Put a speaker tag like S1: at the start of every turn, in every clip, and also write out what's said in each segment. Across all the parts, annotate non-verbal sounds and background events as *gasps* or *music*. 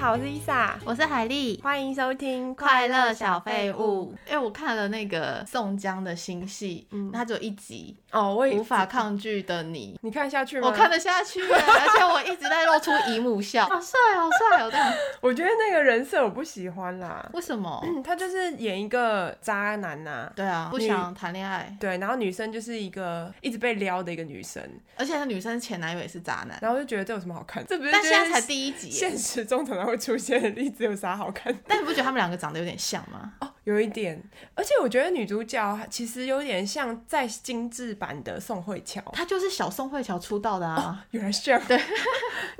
S1: 好，我是伊萨，
S2: 我是海丽。
S1: 欢迎收听《
S2: 快乐小废物。》哎、我看了那个宋江的新戏，
S1: 嗯
S2: 它只有一集，
S1: 哦，我也
S2: 无法，抗拒的你，
S1: 你看下去吗？
S2: 我看得下去耶，而且我一直在露出姨母笑， *laughs* 好帅，好帅哦！这样
S1: 我觉得那个人设我不喜欢啦，
S2: 为什 *clears throat* 么？
S1: 嗯他就是演一个渣男呐、
S2: 对啊，不
S1: 你
S2: 想谈恋爱，
S1: 对，然后女生就是一个一直被撩的一个女生，
S2: 而且那女生前男友也是渣男，
S1: 然后就觉得这有什么好看？这不是
S2: 但现在才
S1: 就是
S2: 第一集耶。
S1: 现实中常常会出现的例子，有啥好看？
S2: 但你不觉得他们两个长得有点像吗？
S1: 哦，有一点，而且我觉得女主角其实有点像再精致版的宋慧乔。
S2: 她就是小宋慧乔出道的啊，
S1: 原来是这样， *laughs* 对，因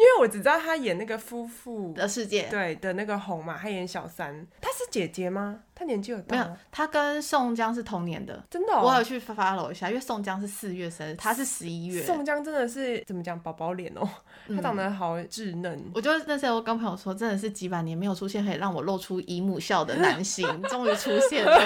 S1: 为我只知道她演那个夫妇
S2: 的世界
S1: 对的那个红嘛，她演小三，她是姐姐吗？她年纪有
S2: 没
S1: 大
S2: 有
S1: 吗？，
S2: 她跟宋江是同年的。
S1: 真的、
S2: 我有
S1: 哦，
S2: 去 follow 一下，因为宋江是四月生日，他是十一月。
S1: 宋江真的是怎么
S2: 嗯
S1: 讲宝宝脸哦，她长得好稚嫩。
S2: 我就那时候跟朋友说，真的是几百年没有出现可以让我露出姨母笑的男星，终于出现了。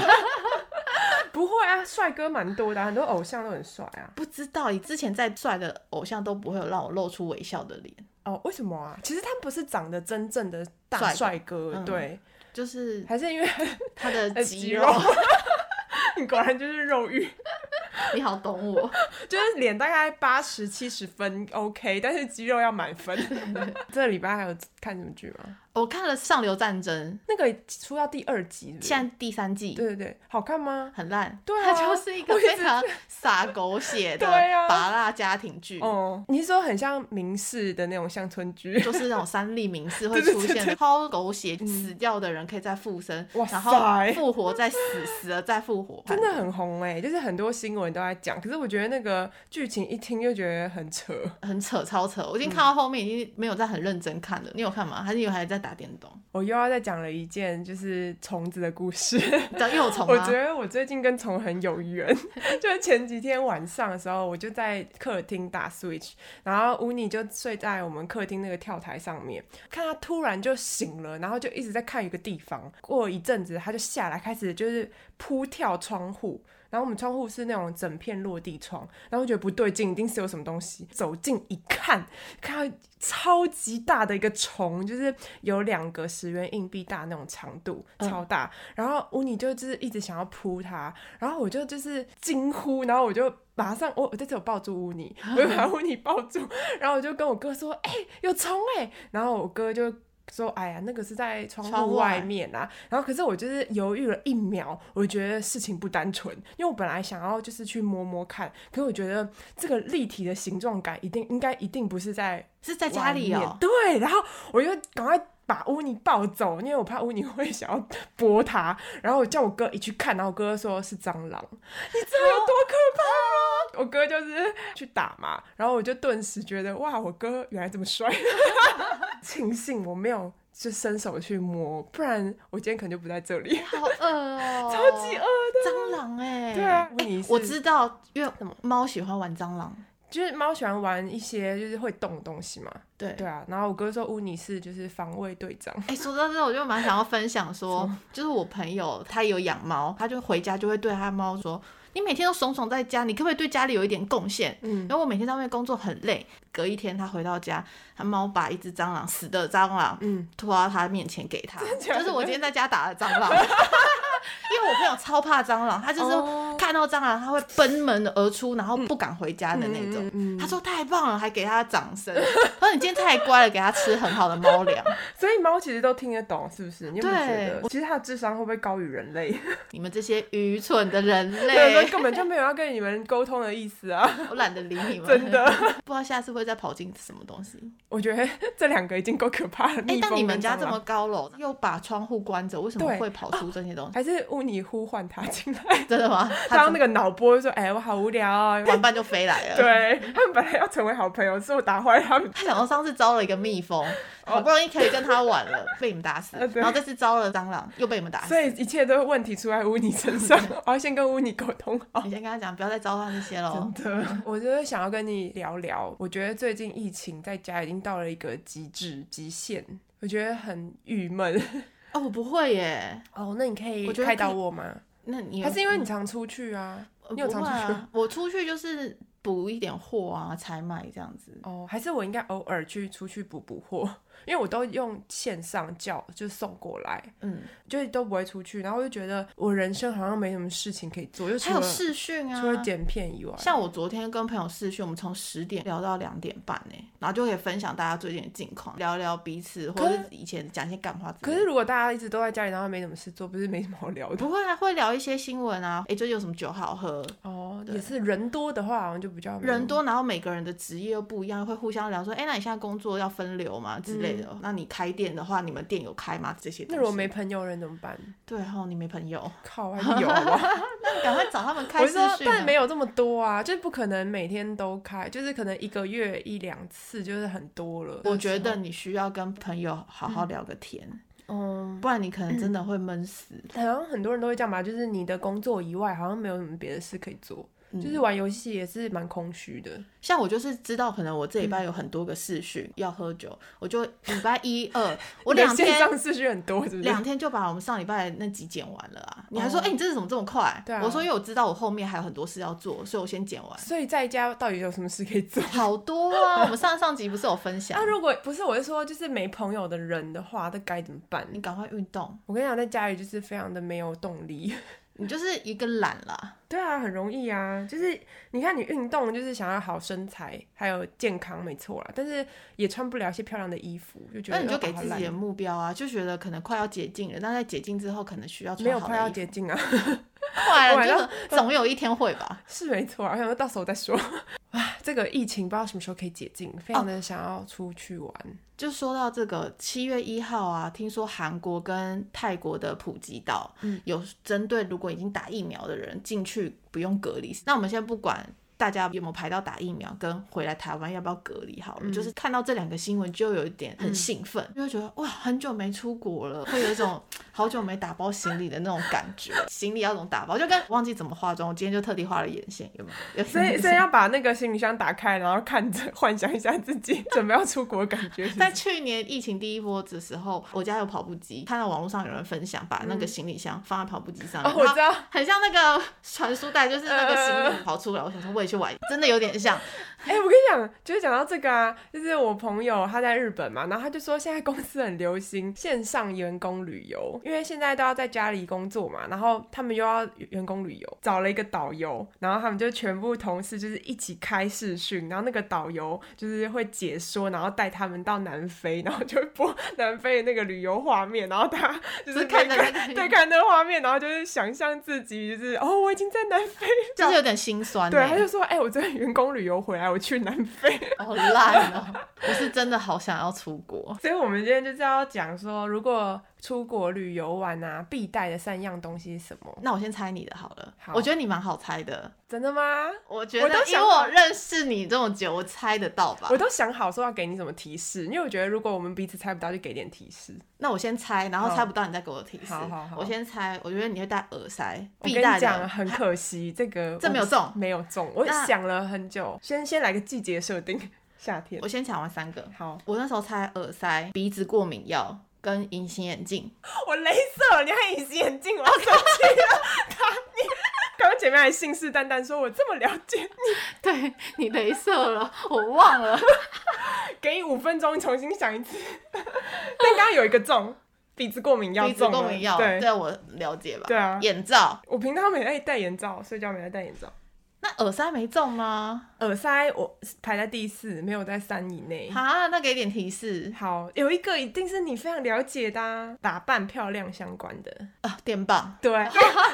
S2: *laughs*
S1: 不会啊，帅哥蛮多的啊、很多偶像都很帅啊。
S2: 不知道以之前再帅的偶像都不会有让我露出微笑的脸，
S1: 哦，为什么啊？其实他不是长得真正的大
S2: 帅哥
S1: 帅哥，
S2: 嗯
S1: 对，
S2: 就是
S1: 还是因为 *laughs*
S2: 他的
S1: 肌
S2: 肌肉。
S1: 你果然就是肉欲， *laughs*
S2: 你好懂我，
S1: 就是脸大概八十七十分 OK，但是肌肉要满
S2: *laughs*
S1: 分。这礼拜还有看什么剧吗？
S2: 我看了《上流战争
S1: 那个出到第二集是不》，是
S2: 现在第三季
S1: 对对对，好看吗？
S2: 很烂，
S1: 对啊
S2: 它就是一个
S1: 我一直
S2: 非常洒
S1: *laughs*
S2: 狗血的
S1: 对啊
S2: 拔辣家庭剧。
S1: 哦、你是说很像明视的那种乡村
S2: *laughs*
S1: 剧？
S2: 就是那种三立名
S1: *laughs*
S2: 士会
S1: 对对
S2: 出
S1: 对嗯
S2: 现的，超狗血，死掉的人可以再附身
S1: 哇，
S2: 然后
S1: 塞
S2: 复活再死，死了再复活，
S1: 真的很红哎、就是很多新闻都在讲，可是我觉得那个剧情一听就觉得很扯。
S2: 很扯，超扯！我已经看到后面已经没有在很认真看了。你有看吗？还是有还在打电动？
S1: 我又要再讲了一件就是虫子的故事。
S2: 叫幼虫
S1: 我
S2: 吗
S1: 觉？得我最近跟虫很有缘， *laughs* 就是前几天晚上的时候，我就在客厅打 Switch，然后乌尼就睡在我们客厅那个跳台上面，看他突然就醒了，然后就一直在看一个地方。过一阵子，他就下来开始就是扑跳窗户。然后我们窗户是那种整片落地窗，然后觉得不对劲，一定是有什么东西。走近一看，看到超级大的一个虫，就是有两个十元硬币大那种长度，超大。然后乌尼就就是一直想要扑它，然后我就就是惊呼，然后我就。马上，我我这次有抱住乌尼，我就把乌尼抱住，然后我就跟我哥说：“哎、有虫哎、然后我哥就说：“哎呀，那个是在窗
S2: 窗
S1: 户
S2: 外
S1: 外面啦、然后可是我就是犹豫了一秒，我觉得事情不单纯，因为我本来想要就是去摸摸看，可是我觉得这个立体的形状感一定应该一定不是在
S2: 是在家里
S1: 外面
S2: 哦、
S1: 对，然后我就赶快。把乌尼抱走，因为我怕乌尼会想要拨它。然后我叫我哥一去看，然后我哥说是蟑螂，你知道有多可 *laughs* 怕吗？我啊哥就是去打嘛，然后我就顿时觉得哇，我哥原来这么帅，庆幸我没有就伸手去摸，不然我今天可能就不在这里，
S2: 好饿哦、
S1: 超级饿的。
S2: 蟑螂哎、
S1: 对啊，
S2: 哎
S1: 你是
S2: 我知道，因为
S1: 什么
S2: 猫喜欢玩蟑螂，
S1: 就是猫喜欢玩一些就是会动的东西嘛，
S2: 对。
S1: 对啊。然后我哥说乌尼是就是防卫队长，
S2: 哎、说到这，我就蛮想要分享说，就是我朋友他有养猫，他就回家就会对他猫说：“你每天都怂怂在家，你可不可以对家里有一点贡献？”
S1: 嗯
S2: 然，后我每天在外面工作很累，隔一天他回到家，他猫把一只蟑螂死的蟑螂
S1: 嗯，
S2: 拖到他面前给他，
S1: 假的
S2: 就是我今天在家打的蟑螂。 *laughs* 因为我朋友超怕蟑螂，他就是
S1: 哦
S2: 看到蟑螂他会奔门而出，然后不敢回家的那种。
S1: 嗯嗯
S2: 他说太棒了，还给他掌声。他说你今天太乖了，给他吃很好的猫粮。 *laughs*
S1: 所以猫其实都听得懂，是不是？你有没有觉
S2: 对
S1: 得，其实它的智商会不会高于人类？
S2: 你们这些愚蠢的
S1: *laughs*
S2: 人
S1: 人类
S2: 类，
S1: 根本就没有要跟你们沟通的意思啊！
S2: 我懒得理你们。
S1: 真，的，
S2: 不知道下次会再跑进什么东西。
S1: 我觉得这两个已经够可怕了。
S2: 哎、
S1: 蜜蜂
S2: 但你们
S1: 跟
S2: 家
S1: 蟑
S2: 这么
S1: 螂
S2: 高楼，又把窗户关着，为什么
S1: 对
S2: 会跑
S1: *laughs*
S2: 出这些东西？
S1: 还是乌尼呼唤它进
S2: *laughs*
S1: 来，
S2: 真的吗？他
S1: 当那个脑波就说：“哎、我好无聊
S2: *laughs*
S1: 啊、
S2: 玩伴就飞来
S1: *laughs*
S2: 了。，
S1: 对他们本来要成为好朋友，是我打坏他们。
S2: 他想到上次招了一个蜜蜂，好不容易可以跟他玩
S1: *laughs*
S2: 了，被你们打死了
S1: 哦啊对
S2: 然后这次招了蟑螂，又被你们打死
S1: 所。以一切都问题出在乌尼身
S2: *laughs*
S1: 上，我要先跟乌尼沟通好。
S2: 你先跟他讲，不要再招他那些喽。
S1: 的，哦 *laughs* 我就是想要跟你聊聊。我觉得最近疫情在家已经到了一个极致极限，我觉得很郁闷。
S2: 哦，我不会耶。
S1: 哦，那你可以
S2: 我觉得
S1: 开
S2: 可以
S1: 导我吗？嗯
S2: 那你
S1: 还是因为你常出去啊？
S2: 呃
S1: 你有
S2: 不
S1: 常
S2: 会
S1: 出去？
S2: 啊？我出去就是补一点货啊才买这样子。
S1: 哦，还是我应该偶尔去出去补补货， *laughs* 因为我都用线上叫，就送过来，
S2: 嗯，
S1: 就都不会出去。然后我就觉得我人生好像没什么事情可以做，就除
S2: 还有
S1: 了、
S2: 视讯啊
S1: 除，了剪片以外，
S2: 像我昨天跟朋友视讯，我们从十点聊到两点半呢、然后就可以分享大家最近的近况，聊聊彼此，
S1: 可
S2: 或
S1: 是
S2: 者是以前讲一些干话之类
S1: 可
S2: 的。
S1: 是如果大家一直都在家里，然后没什么事做，不是没什么好聊的
S2: 不会啊，会聊一些新闻啊，诶，最近有什么酒好喝？
S1: 哦。
S2: 对
S1: 也是人多的话，好像就比较没
S2: 人多，然后每个人的职业又不一样，会互相聊说，诶，哎那你现在工作要分流吗之类的？那你开店的话，你们店有开吗？这些东
S1: 嗯那
S2: 西。
S1: 如果没朋友人怎么办？
S2: *laughs* 对哦，你没朋友，
S1: 靠，还 *laughs*
S2: *laughs*
S1: 是有啊。
S2: 那你赶快找他们开
S1: 我
S2: 视
S1: 是说，
S2: 讯、
S1: 但
S2: 啊
S1: 没。有这么多啊，就是不可能每天都开，就是可能一个月一两次，就是很多了。
S2: 我觉得你需要跟朋友好好聊个天，
S1: 嗯，
S2: 不然你可能真的会闷死。
S1: 好像很多人都会这样吧，就是你的工作以外，好像没有什么别的事可以做，
S2: 嗯
S1: 就是玩游戏也是蛮空虚的。
S2: 像我就是知道，可能我这礼
S1: 嗯
S2: 拜有很多个视讯、要喝酒，我就礼拜一、二，我
S1: 你的 *laughs*
S2: 两
S1: 线
S2: 天
S1: 上视讯很多，是不是？
S2: 两天就把我们上礼拜那集剪完了啊！你还说，
S1: 哦
S2: 哎、你这是怎么这么快？
S1: 对啊
S2: 我说，因为我知道我后面还有很多事要做，所以我先剪
S1: *laughs*
S2: 完。
S1: *laughs* 所以在家到底有什么事可以
S2: *laughs*
S1: 做？
S2: 好多啊！我们上上集不是有分享
S1: 那、？啊如果不是我是说，就是没朋友的人的话，那该怎么办？
S2: 你赶快运动，
S1: 我跟你讲，在家里就是非常的没有动力。
S2: 你就是一个懒啦。
S1: 对啊，很容易啊，就是你看你运动，就是想要好身材，还有健康，没错啦。但是也穿不了一些漂亮的衣服，就 *laughs* 觉得
S2: 那你就
S1: 哦
S2: 给
S1: 好
S2: 自己
S1: 懒
S2: 的目标啊，就觉得可能快要解禁了，但在解禁之后，可能需要穿
S1: 没有
S2: 好
S1: 快
S2: 的
S1: 要
S2: 衣服
S1: 解 Oh 禁啊， *laughs*
S2: *laughs* 快
S1: 我
S2: 了，
S1: 还要
S2: 就是总有一天会吧。
S1: 是没错啊。我想说到时候再说。啊，这个疫情不知道什么时候可以解禁，非
S2: 哦
S1: 常的想要出去
S2: *laughs*
S1: 玩。
S2: 就说到这个七月一号啊，听说韩国跟泰国的普吉岛、
S1: 嗯
S2: 有针对如果已经打疫苗的人进去不用隔离。那我们先不管大家有没有排到打疫苗，跟回来台湾要不要隔离好了，
S1: 嗯
S2: 就是看到这两个新闻就有一点很兴奋，就会觉得哇，很久没出国了，会有
S1: *laughs*
S2: 一种好久没打包行李的那种感觉。行李要怎么打包？就跟忘记怎么化妆，我今天就特地画了眼线，有没有？
S1: 所以，所以要把那个行李箱打开，然后看着幻想一下自己 *laughs* 准备要出国的感觉。 *laughs*
S2: 在去年疫情第一波的时候，我家有跑步机，看到网络上有人分享，把那个行李箱放在跑步机上
S1: 嗯
S2: 面，
S1: 哦，我
S2: 然
S1: 知
S2: 后
S1: 道，
S2: 很像那个传输带，就是那个
S1: 呃
S2: 行李跑出来。我想说，我也去玩，真的有
S1: *laughs*
S2: 点像。
S1: 哎、我跟你讲，就是讲到这个啊，就是我朋友他在日本嘛，然后他就说现在公司很流行线上员工旅游，因为现在都要在家里工作嘛，然后他们又要员工旅游，找了一个导游，然后他们就全部同事就是一起开视讯，然后那个导游就是会解说，然后带他们到南非，然后就会播 *laughs* 南非的那个旅游画面，然后大家就是
S2: 是看
S1: 每
S2: 着
S1: 个
S2: 那个
S1: 对看那个画面，然后就是想象自己就是哦，我已经在南非，
S2: 就是有点心酸、欸，
S1: 对，他就说哎、我昨天员工旅游回来，我去南非。
S2: 好烂哦、我是真的好想要出国，
S1: 所以，我们今天就是要讲说，如果出国旅游玩啊，必带的三样东西是什么？
S2: 那我先猜你的好了，
S1: 好
S2: 我觉得你蛮好猜的，
S1: 真的吗？
S2: 我觉
S1: 我都
S2: 得因
S1: 想
S2: 为我认识你这么久，我猜得到吧
S1: 我？都想好说要给你什么提示，因为我觉得如果我们彼此猜不到，就给点提示。
S2: 那我先猜，然后
S1: 好
S2: 猜不到你再给我提示。
S1: 好好好
S2: 我先猜，我觉得你会戴耳塞，
S1: 我跟
S2: 必
S1: 你
S2: 戴
S1: 讲，
S2: 的。
S1: 很可惜，这个
S2: 这
S1: 我
S2: 没有中
S1: 没有中。我
S2: 那
S1: 想了很久，先先来个季节设定，夏天
S2: 我。先讲完三个，
S1: 好，
S2: 我那时候猜耳塞、鼻子过敏药跟隐形眼镜。
S1: 我镭射，你还隐形眼镜，我
S2: 哦
S1: 要生气了。 *laughs* 他你刚刚前面还信誓旦旦说我这么了解你，
S2: *laughs* 对你镭射了，我忘 *laughs* 了。
S1: 给你五分钟你重新想一次。 *laughs* 但刚刚有一个中，鼻子过敏药
S2: 鼻子
S1: 中了，
S2: 过敏药，
S1: 对
S2: 这我了解吧？
S1: 对啊
S2: 眼罩，
S1: 我平常没在戴眼罩，睡觉没在戴眼罩。
S2: 那耳塞没中吗？
S1: 耳塞我排在第四，没有在三以内。
S2: 啊，那给点提示
S1: 好，有一个一定是你非常了解的、啊，打扮漂亮相关的。
S2: 啊，电棒，
S1: 对， *laughs*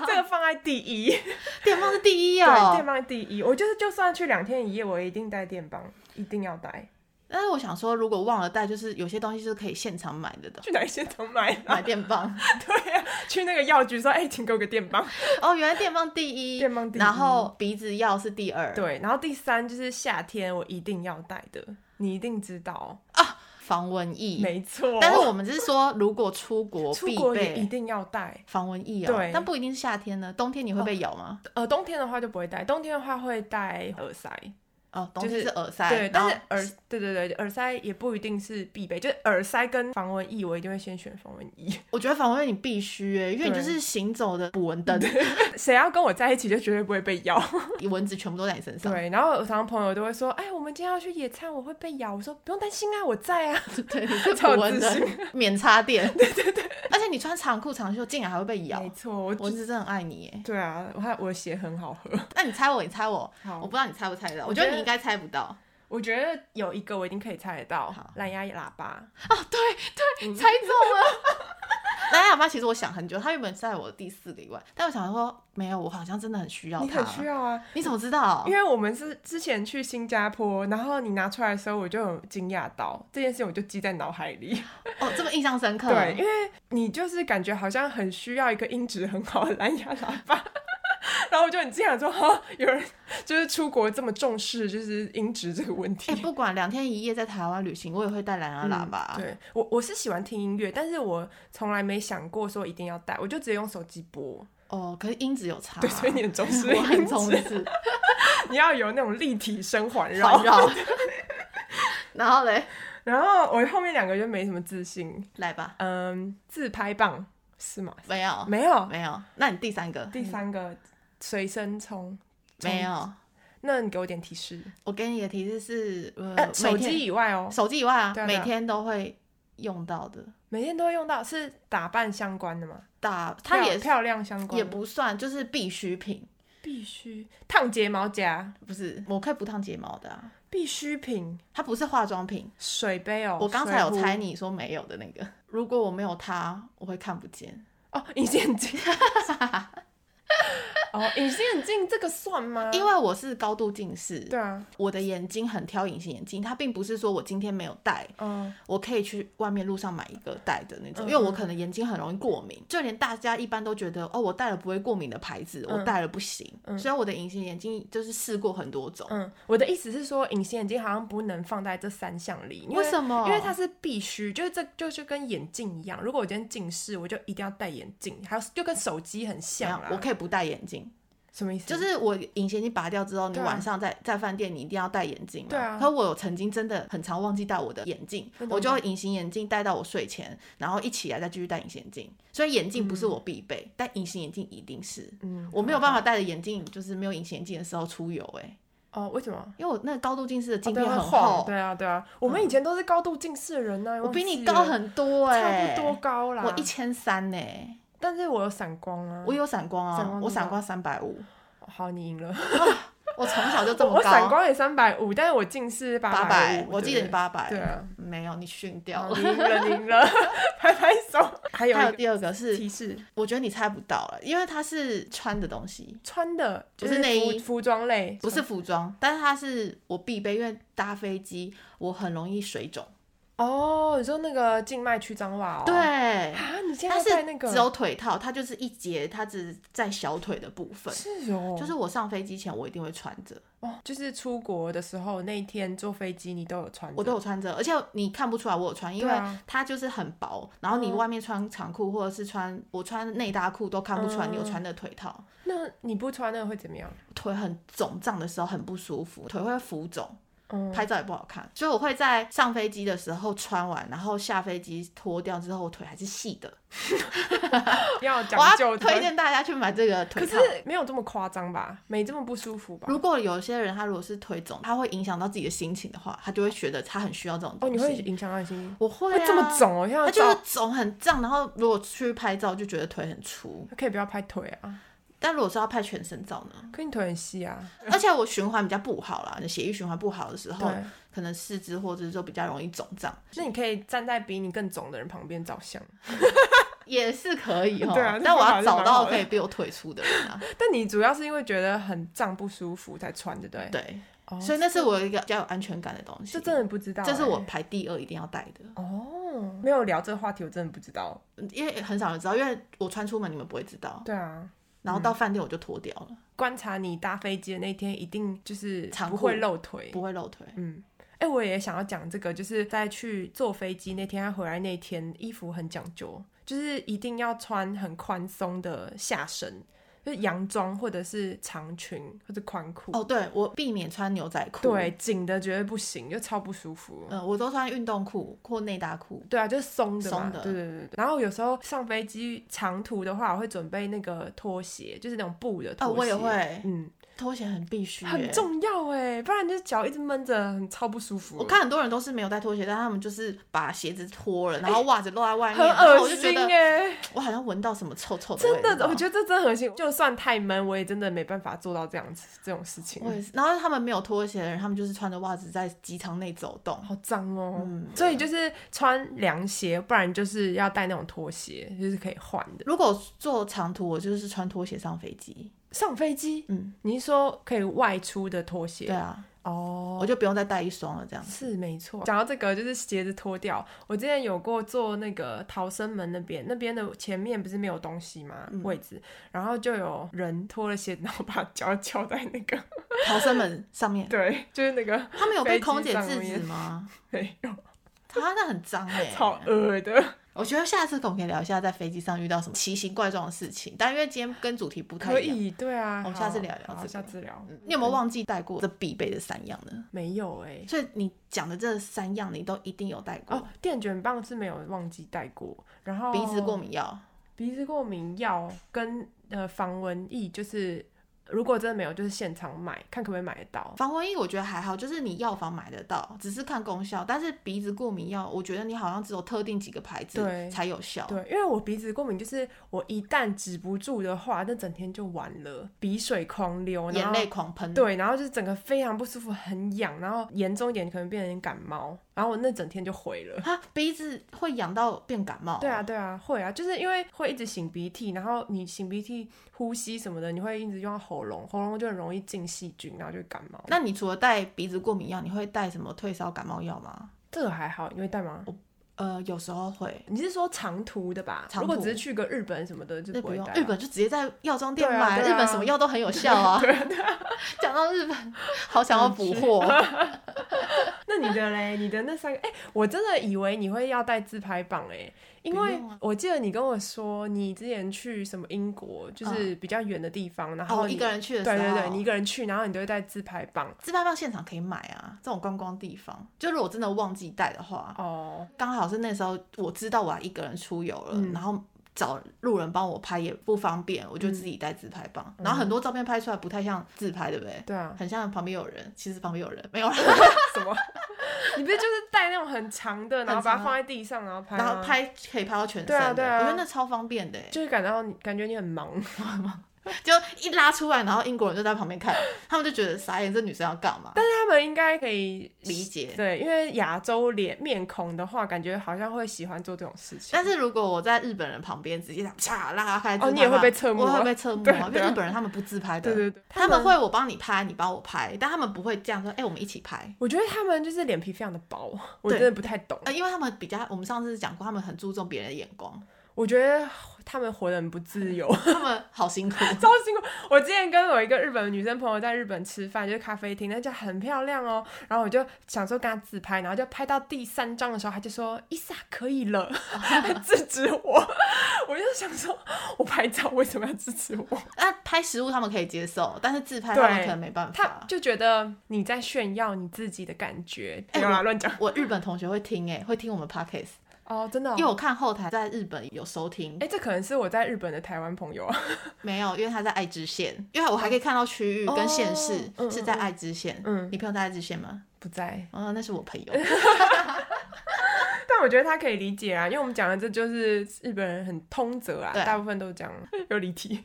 S1: 这个放在第一， *laughs*
S2: 电棒是第一
S1: 对，
S2: 哦
S1: 电。棒第一。我就是就算去两天一夜，我也一定带电棒，一定要带。
S2: 但是我想说，如果忘了带，就是有些东西是可以现场买的的，
S1: 去哪一些都买啊？
S2: 买电棒。
S1: *laughs*
S2: *laughs*
S1: 对啊，去那个药局说，哎、请给我个电棒。
S2: 哦，原来电棒第一，
S1: 电棒第一
S2: 然后鼻子药是第二，
S1: 对，然后第三就是夏天我一定要带的，你一定知道，
S2: 啊，防蚊液。
S1: 没错。
S2: 但
S1: *laughs*
S2: 是我们只是说，如果出国
S1: 出
S2: 必
S1: 国也一
S2: 备
S1: 定要带。
S2: 防蚊液哦，
S1: 对哦
S2: 但不一定是夏天呢，冬天你会被咬吗？
S1: 呃，冬天的话就不会戴，冬天的话会戴耳塞。
S2: 哦，东西
S1: 就是是
S2: 耳塞，
S1: 对，
S2: 然
S1: 但
S2: 后
S1: 是耳对对对耳塞也不一定是必备，就是耳塞跟防蚊液，我一定会先选防蚊液。 *laughs*
S2: 我觉得访问你必须欸，因为你就
S1: 对
S2: 是行走的捕蚊灯，
S1: 谁要跟我在一起，就绝对不会被
S2: *laughs*
S1: 咬。
S2: 蚊子全部都在你身上。
S1: 对，然后我常常朋友都会说，哎，我们今天要去野餐，我会被咬。我说不用担心啊，我在啊。 *laughs*
S2: 对，你是捕
S1: 超有
S2: 蚊
S1: 自
S2: 灯
S1: 信，
S2: *laughs* 免插
S1: *laughs*
S2: 电。对对对，而且你穿长裤长袖，竟然还会被咬
S1: 没，错，我
S2: 蚊子真的很爱你耶。
S1: 对啊，我还我的鞋很好喝。
S2: 那你猜我，你猜我，
S1: 好
S2: 我不知道你猜不猜得到，我
S1: 我
S2: 觉
S1: 觉
S2: 得
S1: 得
S2: 你应该猜不到。
S1: 我觉得有一个我一定可以猜得到
S2: 好，
S1: 蓝牙喇叭。嗯
S2: 猜中了。 *laughs* 蓝牙喇叭其实我想很久，它原本是在我的第四个以外，但我想说没有，我好像真的很需要
S1: 你
S2: 它。
S1: 很需要啊，
S2: 你怎么知道
S1: 因？为我们是之前去新加坡，然后你拿出来的时候，我就有惊讶到这件事，情，我就记在脑海里。
S2: 哦，这么印象深刻。
S1: 对，因为你就是感觉好像很需要一个音质很好的蓝牙喇叭。 *laughs* 然后我就很惊讶说，哈，有人就是出国这么重视就是音质这个问题。
S2: 哎、不管两天一夜在台湾旅行，我也会带蓝牙喇叭。
S1: 嗯对我我是喜欢听音乐，但是我从来没想过说一定要带，我就直接用手机播。
S2: 哦，可是音质有差。啊
S1: 对，所以你很重视
S2: *laughs* 我很
S1: 音
S2: 重
S1: 质，
S2: 视
S1: 你要有那种立体声环 *laughs* 绕。
S2: 环绕。 *laughs* 然后嘞，
S1: 然后我后面两个就没什么自信，
S2: 来吧，
S1: 嗯，自拍棒是吗？
S2: 没有，
S1: 没有，
S2: 没有。那你第三个
S1: 第三个随身充，
S2: 没有？
S1: 那你给我点提示。
S2: 我给你的提示是，
S1: 呃
S2: 呃，，
S1: 手
S2: 每天
S1: 机以外哦，
S2: 手机以外啊
S1: 对，啊对
S2: 每
S1: 啊
S2: 天都会用到的。
S1: 每天都会用到，是打扮相关的吗？
S2: 打它
S1: 漂
S2: 也
S1: 漂亮相关
S2: 也
S1: 的
S2: 不算，就是必需品，
S1: 必须烫睫毛夹，
S2: 不是？我可以不烫睫毛的、啊，
S1: 必需品
S2: 它不是化妆品。
S1: 水杯哦。
S2: 我刚才有
S1: 水壶
S2: 猜你说没有的那个，如果我没有它，我会看不见。
S1: 哦，隐形眼镜。 *laughs* 哦，隐形眼镜这个算吗？
S2: 因为我是高度近视，
S1: 对啊，
S2: 我的眼睛很挑隐形眼镜，它并不是说我今天没有戴，
S1: 嗯，
S2: 我可以去外面路上买一个戴的那种，
S1: 嗯
S2: 因为我可能眼睛很容易过敏，就连大家一般都觉得哦，我戴了不会过敏的牌子，我
S1: 嗯
S2: 戴了不行。虽然我的隐形眼镜就是试过很多种，
S1: 嗯，我的意思是说，隐形眼镜好像不能放在这三项里，因
S2: 为什么
S1: 因为它是必须，就是这就是跟眼镜一样。如果我今天近视，我就一定要戴眼镜，还有就跟手机很
S2: 怎
S1: 像
S2: 样
S1: 啦。
S2: 我可以不戴眼镜，
S1: 什么意思？
S2: 就是我隐形眼镜拔掉之后，你
S1: 嗯对啊
S2: 晚上在在饭店你一定要戴眼镜嘛。
S1: 对啊
S2: 可我有曾经真的很常忘记戴我的眼镜，
S1: 真的
S2: 我就
S1: 吗
S2: 会隐形眼镜戴到我睡前，然后一起来再继续戴隐形眼镜。所以眼镜不是我必备，但隐形眼镜一定是。
S1: 嗯
S2: 我没有办法戴着眼镜，就是没有隐形眼镜的时候出游哎、欸
S1: 哦，为什么？
S2: 因为我那个高度近视的镜
S1: 哦对
S2: 片
S1: 啊
S2: 很
S1: 会
S2: 厚，
S1: 晃对啊，对啊，我们以前都是高度近视的人呢、啊
S2: 我比你
S1: 忘记
S2: 高
S1: 了
S2: 很多哎、
S1: 差不多高啦。
S2: 我一，千三呢，
S1: 但是我有闪光啊。
S2: 我有散光啊，
S1: 散光
S2: 我
S1: 多
S2: 散光三百
S1: *laughs*
S2: 五，
S1: 好，你赢了。
S2: 我从小就这
S1: 我
S2: 么
S1: 我闪
S2: 高，
S1: 光也三百五，但是我近视
S2: 八
S1: 百
S2: 百，我记得你八百，
S1: 对啊，
S2: 没有
S1: *laughs*
S2: 你逊掉
S1: 好
S2: 了。
S1: 你赢了，你赢了， *laughs* 拍拍手。还有
S2: 还有
S1: 一个
S2: 第二个是，
S1: 提示，
S2: 我觉得你猜不到了，因为它是穿的东西，
S1: 穿的
S2: 不
S1: 就是是
S2: 内
S1: 服
S2: 衣
S1: 服装类，
S2: 不是服装，但是它是我必备，因为搭飞机我很容易水肿。
S1: 哦。你说那个静脉曲张袜哦？
S2: 对，
S1: 啊，你现在
S2: 但是
S1: 戴那个
S2: 只有腿套，它就是一节，它只在小腿的部分。
S1: 是哦，
S2: 就是我上飞机前我一定会穿着，
S1: 哦，就是出国的时候那一天坐飞机你都有穿着，
S2: 我都有穿着，而且你看不出来我有穿，因
S1: 对
S2: 为
S1: 啊嗯
S2: 它就是很薄，然后你外面穿长裤或者是穿我穿内搭裤都看不出来
S1: 嗯
S2: 你有穿的腿套，
S1: 那你不穿那个会怎么样？
S2: 腿很肿胀的时候很不舒服，腿会浮肿。
S1: 嗯
S2: *laughs* 拍照也不好看，所以我会在上飞机的时候穿完，然后下飞机脱掉之后，我腿还是细的。
S1: 要
S2: 我
S1: 讲
S2: 要
S1: 究
S2: 推
S1: 的。
S2: 荐大家去买这个
S1: 可
S2: 腿套。
S1: 是没有这么夸张吧？没这么不舒服吧？
S2: 如果有些人他如果是腿肿，他会影响到自己的心情的话，他就会觉得他很需要这种
S1: 哦，
S2: 东
S1: 你
S2: 西。
S1: 会影响到你心情？
S2: 我会、啊、
S1: 会这么肿哦，像
S2: 它
S1: 要
S2: 就是肿很胀，然后如果去拍照就觉得腿很粗，
S1: 可以不要拍腿啊，
S2: 但如果是要拍全身照呢？
S1: 可你腿很细啊。
S2: 而且我循环比较不好啦，血液循环不好的时候
S1: 对，
S2: 可能四肢或者就比较容易肿胀，
S1: 那你可以站在比你更肿的人旁边照相，
S2: 也是可以哦。
S1: 对啊
S2: 但我要
S1: 这
S2: 找
S1: 方法是蛮好
S2: 到
S1: 的
S2: 可以比我腿粗的人啊。
S1: 但你主要是因为觉得很胀不舒服才穿， *laughs* 对不对？
S2: 对，
S1: 哦
S2: 所以那是我一个比较有安全感的东西。
S1: 这真的不知道欸、
S2: 这是我排第二一定要带的，
S1: 哦，没有聊这个话题，我真的不知道。
S2: 因为很少人知道，因为我穿出门你们不会知道，
S1: 对啊，
S2: 然后到饭店我就脱掉了，
S1: 观察你搭飞机的那天，一定就是
S2: 长裤
S1: 不会露腿。
S2: 不会露腿。
S1: 嗯，哎、我也想要讲这个，就是在去坐飞机那天，他回来那天，衣服很讲究，就是一定要穿很宽松的下身。就是洋装或者是长裙或者宽裤。
S2: 哦，对我避免穿牛仔裤，
S1: 对，，紧的绝对不行，就超不舒服。
S2: 嗯、我都穿运动裤或内搭裤。
S1: 对啊，就是松的嘛，
S2: 松的
S1: 对对对对。然后有时候上飞机长途的话，我会准备那个拖鞋，就是那种布的拖
S2: 哦，
S1: 鞋。
S2: 我也，会，
S1: 嗯，
S2: 拖鞋很欸必须，
S1: 很。重要哎，不然就是脚一直闷着，很超不舒服。
S2: 我看很多人都是没有带拖鞋，但他们就是把鞋子脱了，然后袜子露在外面，
S1: 哎很
S2: 然后
S1: 恶
S2: 我就觉
S1: 心
S2: 得
S1: 哎，
S2: 我好像闻到什么臭臭的味
S1: 真
S2: 道。
S1: 的，我觉得这真的恶心。就算太闷，我也真的没办法做到这样子这种事情
S2: 我。也是。然后他们没有拖鞋的人，他们就是穿着袜子在机场内走动。
S1: 好脏哦、
S2: 嗯
S1: 所以就是穿凉鞋，不然就是要带那种拖鞋，就是可以换的。
S2: 如果坐长途，我就是穿拖鞋上飞机。
S1: 上飞机，
S2: 嗯，
S1: 你是说可以外出的拖
S2: 对
S1: 鞋？
S2: 啊，
S1: 哦
S2: 我就不用再带一双了，这样。
S1: 是没错，讲到这个就是鞋子脱掉，我之前有过坐那个逃生门那边，那边的前面不是没有东西吗？
S2: 嗯
S1: 位置，然后就有人脱了鞋子，然后把脚翘在那个，
S2: 逃生门
S1: *laughs*
S2: 上面，
S1: 对，就是那个
S2: 他们有
S1: 飞
S2: 被
S1: 机
S2: 空姐
S1: 上
S2: 制止
S1: 面
S2: 吗？
S1: 没有，
S2: 他那很脏哎、
S1: *laughs* 超恶的，
S2: 我觉得下次我们可以聊一下在飞机上遇到什么奇形怪状的事情，但因为今天跟主题不太
S1: 可
S2: 一样。
S1: 以，对啊，
S2: 我们下次
S1: 好
S2: 聊聊
S1: 好
S2: 这个
S1: 下次聊，
S2: 嗯你有没有忘记带过这必备的三样呢？
S1: 没有哎、
S2: 所以你讲的这三样，你都一定有带过。
S1: 哦，电卷棒是没有忘记带过，然后
S2: 鼻子过敏药，
S1: 鼻子过敏药跟呃防蚊液，就是如果真的没有，就是现场买，看可不可以买得到。
S2: 防蚊液我觉得还好，就是你药房买得到，只是看功效。但是鼻子过敏药，我觉得你好像只有特定几个牌子
S1: 对
S2: 才有效。
S1: 对，因为我鼻子过敏，就是我一旦止不住的话，那整天就完了，鼻水狂流，然
S2: 眼
S1: 后
S2: 泪狂喷。，
S1: 对，然后就是整个非常不舒服，很痒，然后严重一点可能变成感冒，然后我那整天就毁了。
S2: 它鼻子会痒到变感冒。哦
S1: 对啊，，对啊，会啊，就是因为会一直擤鼻涕，然后你擤鼻涕、呼吸什么的，你会一直用到喉咙，喉咙就很容易进细菌，然后就感冒。
S2: 那你除了带鼻子过敏药，你会带什么退烧感冒药吗？
S1: 这个还好，你会带吗？
S2: 呃，有时候会。
S1: 你是说长途的吧？
S2: 长
S1: 如果
S2: 途
S1: 只是去个日本什么的，就
S2: 那
S1: 不
S2: 不
S1: 会
S2: 用
S1: 带、，啊。
S2: 日本就直接在药妆店
S1: 对啊
S2: 买，
S1: 对啊
S2: 日本什么药都很有
S1: *laughs*
S2: 效啊。 *laughs* 讲到日本，好想要补货。
S1: *laughs* 那你的嘞？你的那三个？哎、我真的以为你会要带自拍棒哎、因
S2: 不
S1: 为
S2: 用啊
S1: 我记得你跟我说你之前去什么英国，就是比较远的地方，然后
S2: 嗯哦，
S1: 你
S2: 一个人去的时
S1: 对
S2: 候，
S1: 对对，你一个人去，然后你都会带自拍棒
S2: 自拍棒现场可以买啊，这种观光地方，就如果真的忘记带的话，
S1: 哦。
S2: 刚好是那时候我知道我要一个人出游了，
S1: 嗯
S2: 然后找路人帮我拍也不方便，我就自己带自拍棒，
S1: 嗯
S2: 然后很多照片拍出来不太像自拍，对不对？
S1: 对啊，
S2: 很像旁边有人，其实旁边有人没有啦，
S1: 什么？ *laughs* 你不是就是带那种很长的，然后
S2: 很长
S1: 把
S2: 啊
S1: 它放在地上，然后拍吗，
S2: 然后拍可以拍到全身
S1: 对啊
S2: 的
S1: 对啊
S2: 我觉得那超方便的耶，
S1: 就是感到你感觉你很
S2: *laughs*
S1: 忙，
S2: 就一拉出来，然后英国人就在旁
S1: *laughs*
S2: 边看，他们就觉得傻眼，这女生要干嘛？
S1: 但是他们应该可以
S2: 理解。
S1: 对，因为亚洲脸面孔的话，感觉好像会喜欢做这种事情。
S2: 但是如果我在日本人旁边直接这样啪拉开自拍
S1: 哦
S2: 棒，
S1: 你也会被侧目
S2: 我
S1: 啊
S2: 会被侧目
S1: 对
S2: 啊，因为
S1: 对啊
S2: 日本人他们不自拍的，
S1: 对对对，
S2: 他们会我帮你拍，你帮我拍，但他们不会这样说，哎、我们一起拍。
S1: 我觉得他们就是脸皮非常的薄，我
S2: 对
S1: 真的不太懂。
S2: 呃，因为他们比较，我们上次讲过，他们很注重别人的眼光，
S1: 我觉得他们活得很不自 *laughs* 由，
S2: 他们好辛苦。 *laughs*
S1: 超辛苦。我之前跟我一个日本女生朋友在日本吃饭，就是咖啡厅，那家很漂亮哦。然后我就想说跟她自拍，然后就拍到第三张的时候，她就说伊莎可以 *laughs* 了，她制止我。我就想说，我拍照为什么要制止我？
S2: 那拍食物他们可以接受，但是自拍他们
S1: 对
S2: 可能没办
S1: 她
S2: 法。
S1: 就觉得你在炫耀你自己的感觉，
S2: 哎
S1: 没有啦，
S2: 我
S1: 乱讲
S2: 我日本同学会听、哎，会听我们 podcast，、
S1: 哦，真的、哦
S2: 因。为我看后台在日本有收听，
S1: 哎、这可能是我在日本的台湾朋友啊。
S2: 没有，因为他在爱知县，因为我还可以看到区域跟县市
S1: 哦嗯
S2: 是在爱知县。
S1: 嗯
S2: 你朋友在爱知县吗？
S1: 不在，
S2: 哦，那是我
S1: *laughs*
S2: 朋友。
S1: 但我觉得他可以理解啊，因为我们讲的这就是日本人很通则啊，
S2: 对啊
S1: 大部分都这样，有离 *laughs* 题。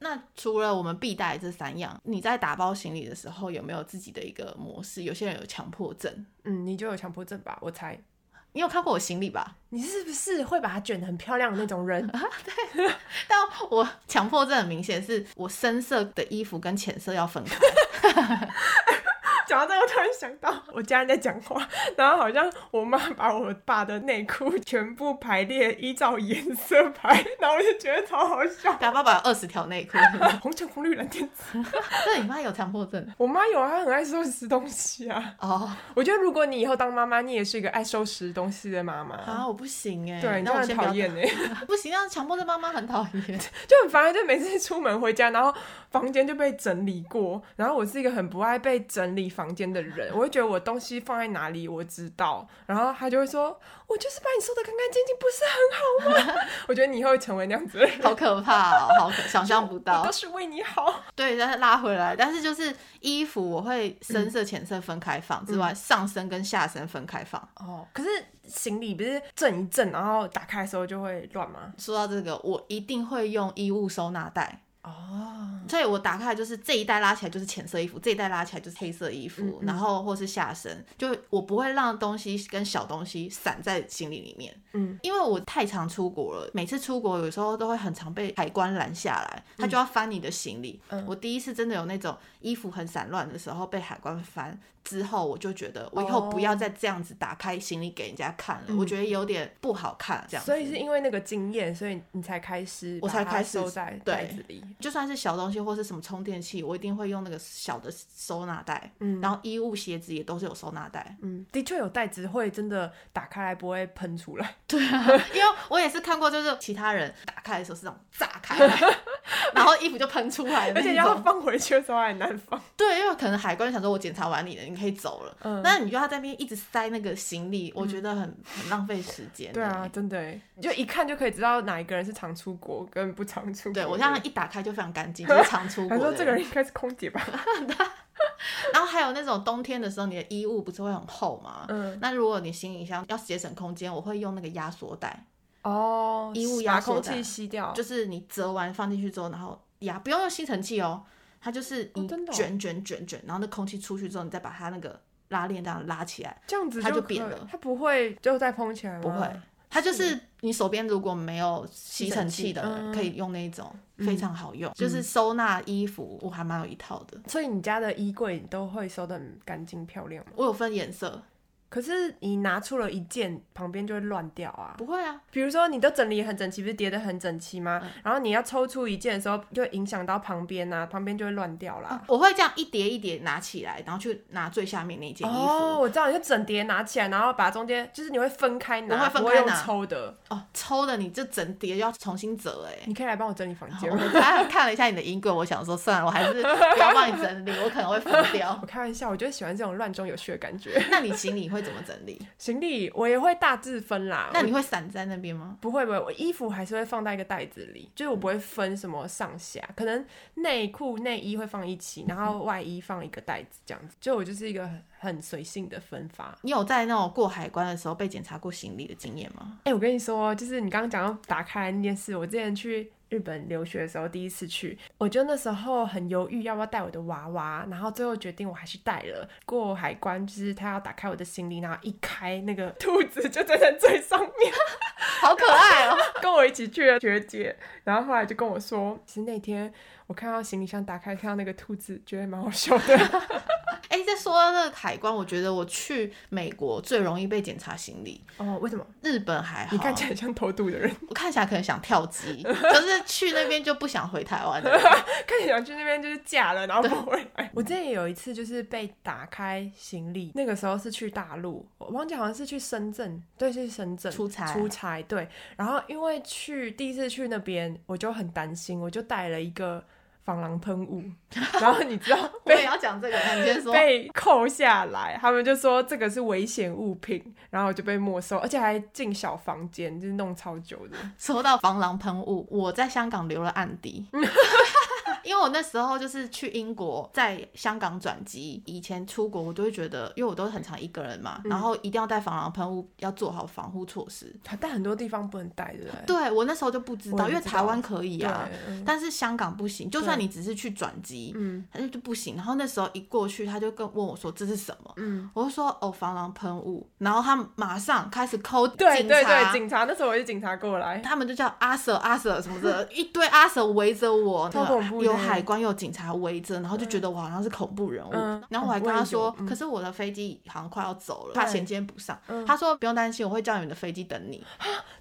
S2: 那除了我们必带这三样，你在打包行李的时候有没有自己的一个模式？有些人有强迫症，
S1: 嗯，你就有强迫症吧？我猜
S2: 你有看过我行李吧？
S1: 你是不是会把它卷得很漂亮的那种人？
S2: *laughs* 但我强迫症很明显，是我深色的衣服跟浅色要分开。
S1: *laughs* 讲到这个，我突然想到我家人在讲话， *laughs* 然后好像我妈把我爸的内裤全部排列依照颜色排，然后我就觉得超好笑。 *laughs*
S2: 打爸爸有二十条内裤，
S1: 红橙黄绿蓝靛紫，
S2: 那你妈有强迫症
S1: 我妈有啊，她很爱收拾东西啊。
S2: 哦？
S1: 我觉得如果你以后当妈妈，你也是一个爱收拾东西的妈妈。
S2: 啊，我不行哎，
S1: 对，你
S2: 那我
S1: 很
S2: 先不要
S1: 讨厌哎，
S2: 打， *laughs* 不行，让啊强迫症妈妈很讨
S1: *laughs*
S2: 厌。
S1: 就很烦。就每次出门回家，然后房间就被整理过。然后我是一个很不爱被整理房间的人，我会觉得我东西放在哪里我知道。然后她就会说：“我就是把你收的干干净净，不是很好吗？” *laughs* 我觉得你以后会成为那样子的人，
S2: 好可怕哦，好可想象不
S1: 我 *laughs*
S2: 到
S1: 都。是为你好。
S2: 对，但是拉回来，但是就是衣服我会深
S1: 嗯
S2: 色、浅色分开放之外，上身跟下身分开放。
S1: 哦，可是行李不是震一震，然后打开的时候就会乱吗？
S2: 说到这个，我一定会用衣物收纳袋，
S1: 哦，
S2: 所以我打开就是这一袋拉起来就是浅色衣服，这一袋拉起来就是黑色衣服，
S1: 嗯嗯
S2: 然后或是下身，就我不会让东西跟小东西散在行李里面。
S1: 嗯，
S2: 因为我太常出国了，每次出国有时候都会很常被海关拦下来，他就要翻你的行李。
S1: 嗯
S2: 我第一次真的有那种衣服很散乱的时候被海关翻，之后我就觉得我以后不要再这样子打开行李给人家看了，
S1: 哦嗯
S2: 我觉得有点不好看。这样子，
S1: 所以是因为那个经验，所以你才开始，
S2: 我才开始
S1: 收在
S2: 对
S1: 袋子里。
S2: 就算是小东西或是什么充电器，我一定会用那个小的收纳袋。
S1: 嗯
S2: 然后衣物、鞋子也都是有收纳袋，
S1: 嗯，的确有袋子会真的打开来不会喷出来，
S2: 因为我也是看过，就是其他人打开的时候是那种炸开来， *laughs* 然后衣服就喷出来的那
S1: 而
S2: 种，
S1: 且要放回去的时候还很难放。
S2: 对，因为可能海关想说，我检查完你了，你可以走了。
S1: 嗯
S2: 那你就要在那边一直塞那个行李，我觉得很很浪费时间。
S1: *laughs* 对啊，，真的欸，就一看就可以知道哪一个人是常出国跟不常出国的
S2: 对
S1: 人。
S2: 我这样一打开就非常
S1: *laughs*
S2: 干净，就是常出国
S1: 还
S2: 的
S1: 说这个人应该是空姐
S2: *laughs*
S1: 吧？
S2: 然后还有那种冬天的时候，你的衣物不是会很厚吗？
S1: 嗯，
S2: 那如果你行李箱要节省空间，我会用那个压缩袋，
S1: 哦，
S2: 衣物
S1: 把
S2: 压缩
S1: 空
S2: 袋
S1: 气吸掉，
S2: 就是你折完放进去之后，然后压，不用用吸尘器哦，它就是你
S1: 哦真的哦
S2: 卷卷卷卷，然后那空气出去之后，你再把它那个拉链这样拉起来，
S1: 这样子
S2: 它就
S1: 可
S2: 扁
S1: 以
S2: 了
S1: 它不会就再封起来吗？
S2: 不会，它就是你手边如果没有吸尘器的
S1: 吸尘
S2: 人，
S1: 器嗯嗯
S2: 可以用那一种，非常好用。就是收纳衣服，我还蛮有一套的。
S1: 所以你家的衣柜你都会收的很干净漂亮吗？
S2: 我有分颜色，
S1: 可是你拿出了一件，旁边就会乱掉啊。
S2: 不会啊，
S1: 比如说，你都整理很整齐，不是叠的很整齐吗？
S2: 嗯
S1: 然后你要抽出一件的时候，就会影响到旁边呐、啊，旁边就会乱掉啦。
S2: 啊我会这样一叠一叠拿起来，然后去拿最下面那件衣
S1: 哦，
S2: 服。
S1: 我知道，你就整叠拿起来，然后把中间就是你会分开拿，
S2: 我会分
S1: 不
S2: 开
S1: 用
S2: 拿
S1: 抽的。
S2: 哦，抽的你这整叠要重新折哎、
S1: 你可以来帮我整理房间
S2: 我
S1: 吗？
S2: 还看了一下你的衣柜，我想说算了，我还是不要帮你整理，我可能会疯
S1: *laughs*
S2: 掉 *laughs*
S1: 我。开玩笑，我就喜欢这种乱中有序的感觉。
S2: 那你行李会怎么整理？
S1: 行李我也会大致分啦。
S2: 那
S1: 我
S2: 你会散在那边吗？
S1: 不会不会，我衣服还是会放在一个袋子里，就是我不会分什么上下，可能内裤内衣会放一起，然后外衣放一个袋子这样子。就我就是一个很很随性的分法。
S2: 你有在那种过海关的时候被检查过行李的经验吗？
S1: 哎、我跟你说，就是你刚刚讲到打开那件事，我之前去日本留学的时候，第一次去，我就那时候很犹豫要不要带我的娃娃，然后最后决定我还是带了。过海关就是他要打开我的行李，然后一开那个兔子就站在最上面，
S2: 好可爱哦！
S1: 跟我一起去的学姐，然后后来就跟我说，其实那天我看到行李箱打开，看到那个兔子，觉得蛮好笑的。
S2: 哎、再说到那个海关，我觉得我去美国最容易被检查行李，
S1: *laughs* 哦，为什么？
S2: 日本还好。
S1: 你看起来像偷渡的人，
S2: 我看起来可能想跳机，就是去那边就不想回台湾了。
S1: 看起来去那边就是嫁了，然后不回来。我之前也有一次就是被打开行李，那个时候是去大陆，我忘记好像是去深圳，对，是深圳
S2: 出差
S1: 出差对。然后因为去第一次去那边，我就很担心，我就带了一个防狼喷
S2: *laughs*
S1: 雾，然后你知道
S2: 我也
S1: 被。
S2: 要讲这个，你先说。
S1: 被扣下来，他们就说这个是危险物品，然后我就被没收，而且还进小房间，就是弄超久
S2: *laughs*
S1: 的。
S2: 说到防狼喷雾，我在香港留了案底。 *laughs* 因为我那时候就是去英国，在香港转机。以前出国，我都会觉得，因为我都很常一个人嘛，
S1: 嗯
S2: 然后一定要带防狼喷雾，要做好防护措施。
S1: 但很多地方不能带，对不对？
S2: 对我那时候就不知
S1: 我
S2: 道，
S1: 也
S2: 因为
S1: 不知道
S2: 台湾可以啊
S1: 对，嗯
S2: 但是香港不行。就算你只是去转机，
S1: 嗯
S2: 他就就不行。然后那时候一过去，他就跟问我说这是什么，
S1: 嗯，
S2: 我就说哦防狼喷雾，然后他马上开始抠警察，
S1: 对对对，警察那时候我是警察过来， *laughs*
S2: 他们就叫阿 Sir 阿 Sir 什么的，一堆阿 Sir 围着我，
S1: 超恐怖的
S2: 有海关又有警察围着，然后就觉得我好像是恐怖人物。
S1: 嗯
S2: 然后我还跟他说
S1: 恐怖人物嗯，
S2: 可是我的飞机好像快要走了，怕衔接不上。
S1: 嗯
S2: 他说不用担心，我会叫你们的飞机等
S1: *gasps*
S2: 你。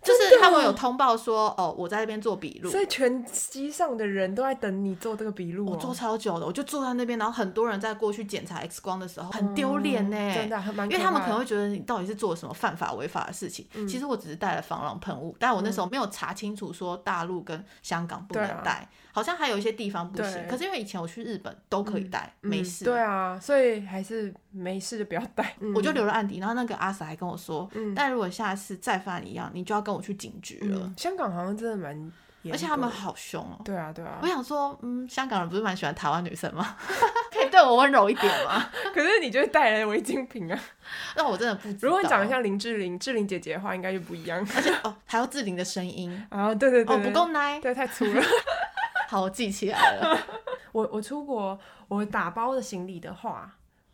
S2: 就是他们有通报说，哦，我在那边做笔录。
S1: 所以全机上的人都在等你做这个笔录、
S2: 我
S1: 哦，
S2: 坐超久的，我就坐在那边，然后很多人在过去检查 X 光的时候很丢脸欸呢，
S1: 嗯真的很蛮
S2: 因为他们可能
S1: 怕的
S2: 会觉得你到底是做了什么犯法违法的事情。
S1: 嗯
S2: 其实我只是带了防狼喷雾，但我那时候没有查清楚说大陆跟香港不能
S1: 对啊
S2: 带，好像还有一些地方不行
S1: 对。
S2: 可是因为以前我去日本都可以带，
S1: 嗯
S2: 没事。
S1: 对啊，所以还是没事就不要带。嗯
S2: 我就留了案底，然后那个阿 sa 还跟我说，但如果下次再犯一样，你就要跟我去警局了。
S1: 嗯香港好像真的蛮严格的，
S2: 而且他们好凶哦、
S1: 对啊对啊
S2: 我，想说，嗯，香港人不是蛮喜欢台湾女生吗？ *laughs* 可以对我温柔一点吗？ *laughs*
S1: 可是你就带来违禁品啊。
S2: 那我真的 *laughs* 不知道。
S1: 如果你长得像林志玲、志玲姐姐的话，应该就不一样。
S2: 哦，还有志玲的声音，
S1: *laughs* 啊，对对对，
S2: 哦不
S1: 对
S2: 够，奶，
S1: 对太粗了。
S2: 好，我记起来了。
S1: 我我出国，我打包的行李的话，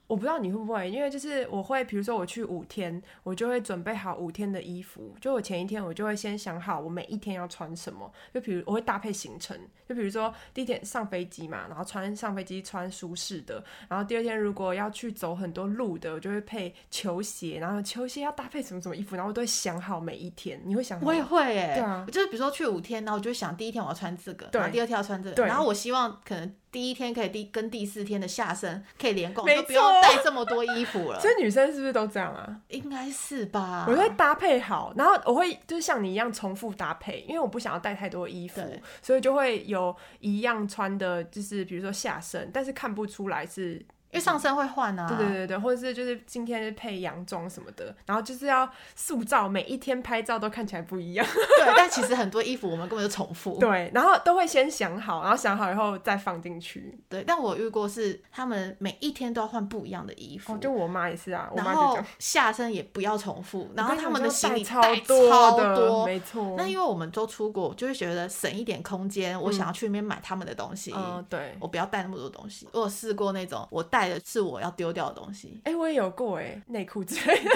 S1: 我不知道你会不会，因为就是我会，比如说我去五天，我就会准备好五天的衣服。就我前一天我就会先想好我每一天要穿什么，就比如我会搭配行程，就比如说第一天上飞机嘛，然后穿上飞机穿舒适的，然后第二天如果要去走很多路的，我就会配球鞋，然后球鞋要搭配什么什么衣服，然后我都会想好每一天。你会想好
S2: 我也
S1: 吗
S2: 会耶，
S1: 对啊
S2: 我就是比如说去五天，然后我就想第一天我要穿这个，
S1: 对
S2: 然后第二天要穿这个，
S1: 对
S2: 然后我希望可能第一天可以第跟第四天的下身可以连贯，我
S1: 没
S2: 就不用
S1: 错
S2: 带这么多衣服
S1: *laughs*
S2: 了
S1: 所，以女生是不是都这样啊？
S2: 应该是吧？
S1: 我会搭配好，然后我会就是像你一样重复搭配，因为我不想要带太多衣服
S2: 对，
S1: 所以就会有一样穿的，就是比如说下身，但是看不出来是，
S2: 因为上身会换啊，
S1: 对对对对，或者是就是今天是配洋装什么的，然后就是要塑造每一天拍照都看起来不一样，
S2: 对但其实很多衣服我们根本就重复，
S1: 对，然后都会先想好，然后想好以后再放进去。
S2: 对但我遇过是他们每一天都要换不一样的衣服，
S1: 哦，就我妈也是啊，我
S2: 然
S1: 妈就这
S2: 后
S1: 样。
S2: 下身也不要重复，然后
S1: 我跟你
S2: 他
S1: 讲
S2: 们的行李
S1: 就要
S2: 带
S1: 带多
S2: 超
S1: 的，
S2: 多
S1: 没错。
S2: 那因为我们都出国，就会觉得省一点空间，我想要去那边买他们的东西，
S1: 嗯，对。
S2: 我不要带那么多东西。我有试过那种我带的是我要丢掉的东西，
S1: 哎、我也有过哎、内裤之类 *laughs* 的，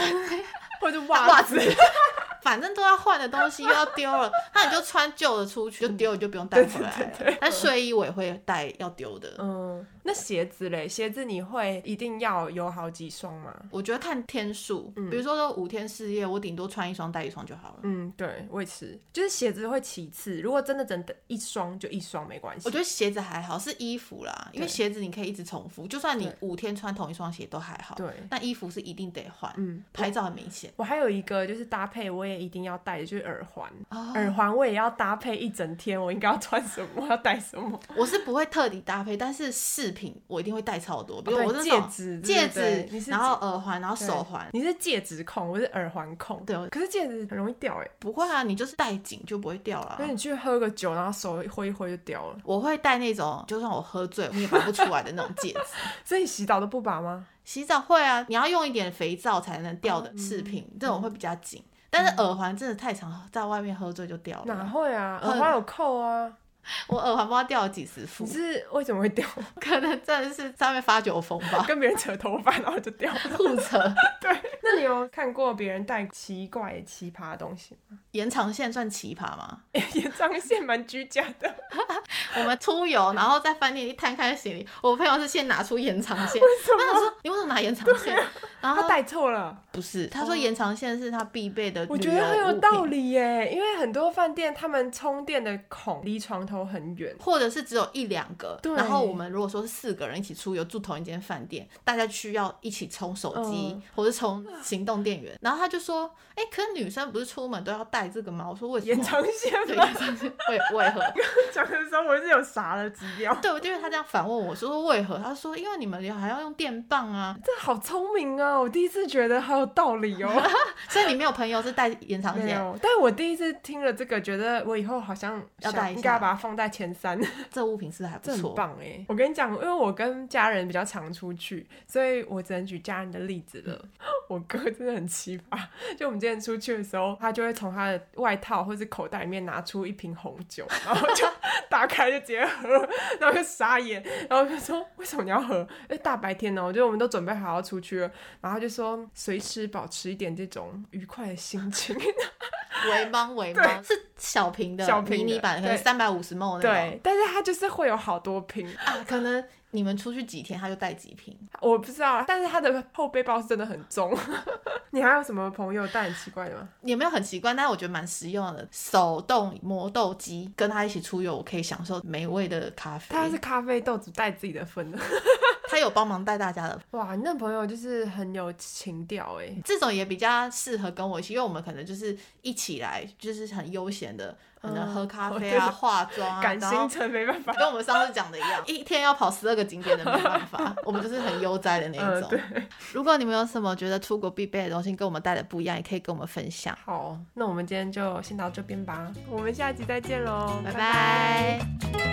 S1: 或者
S2: 袜
S1: 袜
S2: 子 *laughs*
S1: 子，
S2: 反正都要换的东西又要丢了，那你就穿旧的出去就丢，你就不用带回来了。但睡衣我也会带要丢的。
S1: 嗯，那鞋子嘞？鞋子你会一定要有好几双吗？
S2: 我觉得看天数，比如说这五天四夜，我顶多穿一双带一双就好了。
S1: 嗯，对，我也是，就是鞋子会其次。如果真的整的一双就一双没关系。
S2: 我觉得鞋子还好，是衣服啦，因为
S1: 对
S2: 鞋子你可以一直重复，就算你
S1: 对
S2: 五天穿同一双鞋都还好。
S1: 对，
S2: 但衣服是一定得换，
S1: 嗯，
S2: 拍照很明显。
S1: 我还有一个就是搭配，我也一定要戴，就是耳环。
S2: 哦
S1: 耳环我也要搭配一整天，我应该要穿什么，要戴什么？
S2: 我是不会特地搭配，但是饰品我一定会带超多，比如
S1: 哦对
S2: 我这
S1: 戒
S2: 种
S1: 指
S2: 戒
S1: 对对对你
S2: 指，
S1: 是
S2: 然后耳环，然后
S1: 对
S2: 手环。
S1: 你是戒指控，我是耳环控。
S2: 对我
S1: 可是戒指很容易掉哎、欸，
S2: 不会啊，你就是戴紧就不会掉
S1: 因为
S2: 了。啊
S1: 你去喝个酒，然后手一挥一挥就掉了。
S2: 我会戴那种，就算我喝醉我也拔不出来的那种戒指。
S1: *laughs* 所以你洗澡都不拔吗？
S2: 洗澡会啊，你要用一点肥皂才能掉的饰品，
S1: 嗯
S2: 这种会比较紧。但是耳环真的太常在外面喝醉就掉
S1: 哪
S2: 了，
S1: 会啊，
S2: 嗯
S1: 耳环有扣啊。
S2: 我耳环不知道掉了几十副
S1: 你，是为什么会 *laughs* 掉？
S2: *laughs* 可能真的是上面发酒疯
S1: *laughs*
S2: 吧，
S1: 跟别人扯头发，然后就掉了。
S2: 吐扯。
S1: *laughs* 那你有看过别人带奇怪、奇葩的东西 *laughs* 吗？
S2: 延长线算奇葩
S1: *laughs*
S2: 吗？
S1: 延长线蛮居家的，
S2: 我们出游，然后在饭店一摊开行李，我朋友是先拿出延长线，
S1: 什啊
S2: 我想说你为什么拿延长线？然后
S1: 他带错了，
S2: 不是，他说延长线是他必备的，
S1: 哦我觉得很有道，理耶。因为很多饭店他们充电的孔离床头很 *laughs* 远，
S2: 或者是只有一两个。
S1: 对
S2: 然后我们如果说是四个人一起出游，住同一间饭店，大家需要一起充手机、
S1: 嗯
S2: 或者充行动电源。然后他就说，哎、可是女生不是出门都要带这个吗？我说为什
S1: 延
S2: 么？
S1: 长线
S2: 对，
S1: 嘛。
S2: 延长线为为何？ *laughs*
S1: 讲的时候我是有啥了资料，
S2: 对，我就是他这样反问我说为何？他说因为你们还要用电棒啊， *laughs*
S1: 这好聪明啊！我第一次觉得好有道理 *laughs* 哦。
S2: 所以你没有朋友是带延长
S1: 没
S2: 线，
S1: 有，但我第一次听了这个，觉得我以后好像
S2: 要带
S1: 想
S2: 一下
S1: 应该把它放在前三。
S2: 这物品是还不
S1: 这很
S2: 错。
S1: 棒哎、我跟你讲，因为我跟家人比较常出去，所以我只能举家人的例子了。 *laughs* 我哥真的很奇葩，就我们今天出去的时候，他就会从他的外套或是口袋里面拿出一瓶红酒， *laughs* 然后就打开就直接喝， *laughs* 然后就傻眼，然后就说为什么你要喝？因为大白天呢，我觉得我们都准备好 *laughs* 哦要出去了，然后他就说随时保持一点这种愉快的心情。
S2: 微邦微邦是小瓶的
S1: 小
S2: 迷
S1: 瓶的
S2: 你版，可能
S1: 对
S2: 三百五十 ml 那种
S1: 对，但是它就是会有好多瓶，
S2: 啊，可能你们出去几天他就带几瓶，
S1: 我不知道，啊但是它的后背包是真的很重。 *laughs* 你还有什么朋友带很奇怪的吗？
S2: 也没有很奇怪，但是我觉得蛮实用的。手动磨豆机跟他一起出游，我可以享受美味的咖啡。
S1: 他是咖啡豆只带自己的份的，
S2: 他有帮忙带大家的，
S1: *laughs* 哇，你那朋友就是很有情调哎、
S2: 这种也比较适合跟我一起，因为我们可能就是一起来，就是很悠闲的，可能喝咖啡
S1: *laughs*
S2: 啊、
S1: 哦对
S2: 化妆啊，
S1: 赶
S2: 然后
S1: 行程没办法。
S2: 跟我们上次讲的
S1: *laughs*
S2: 一样，一天要跑十二个景点的没办法，我们就是很悠哉的那一
S1: 嗯，
S2: 种。
S1: 对，
S2: 如果你们有什么觉得出国必备的东西跟我们带的不一样，也可以跟我们分享。
S1: 好，那我们今天就先到这边吧，我们下集再见喽，
S2: 拜拜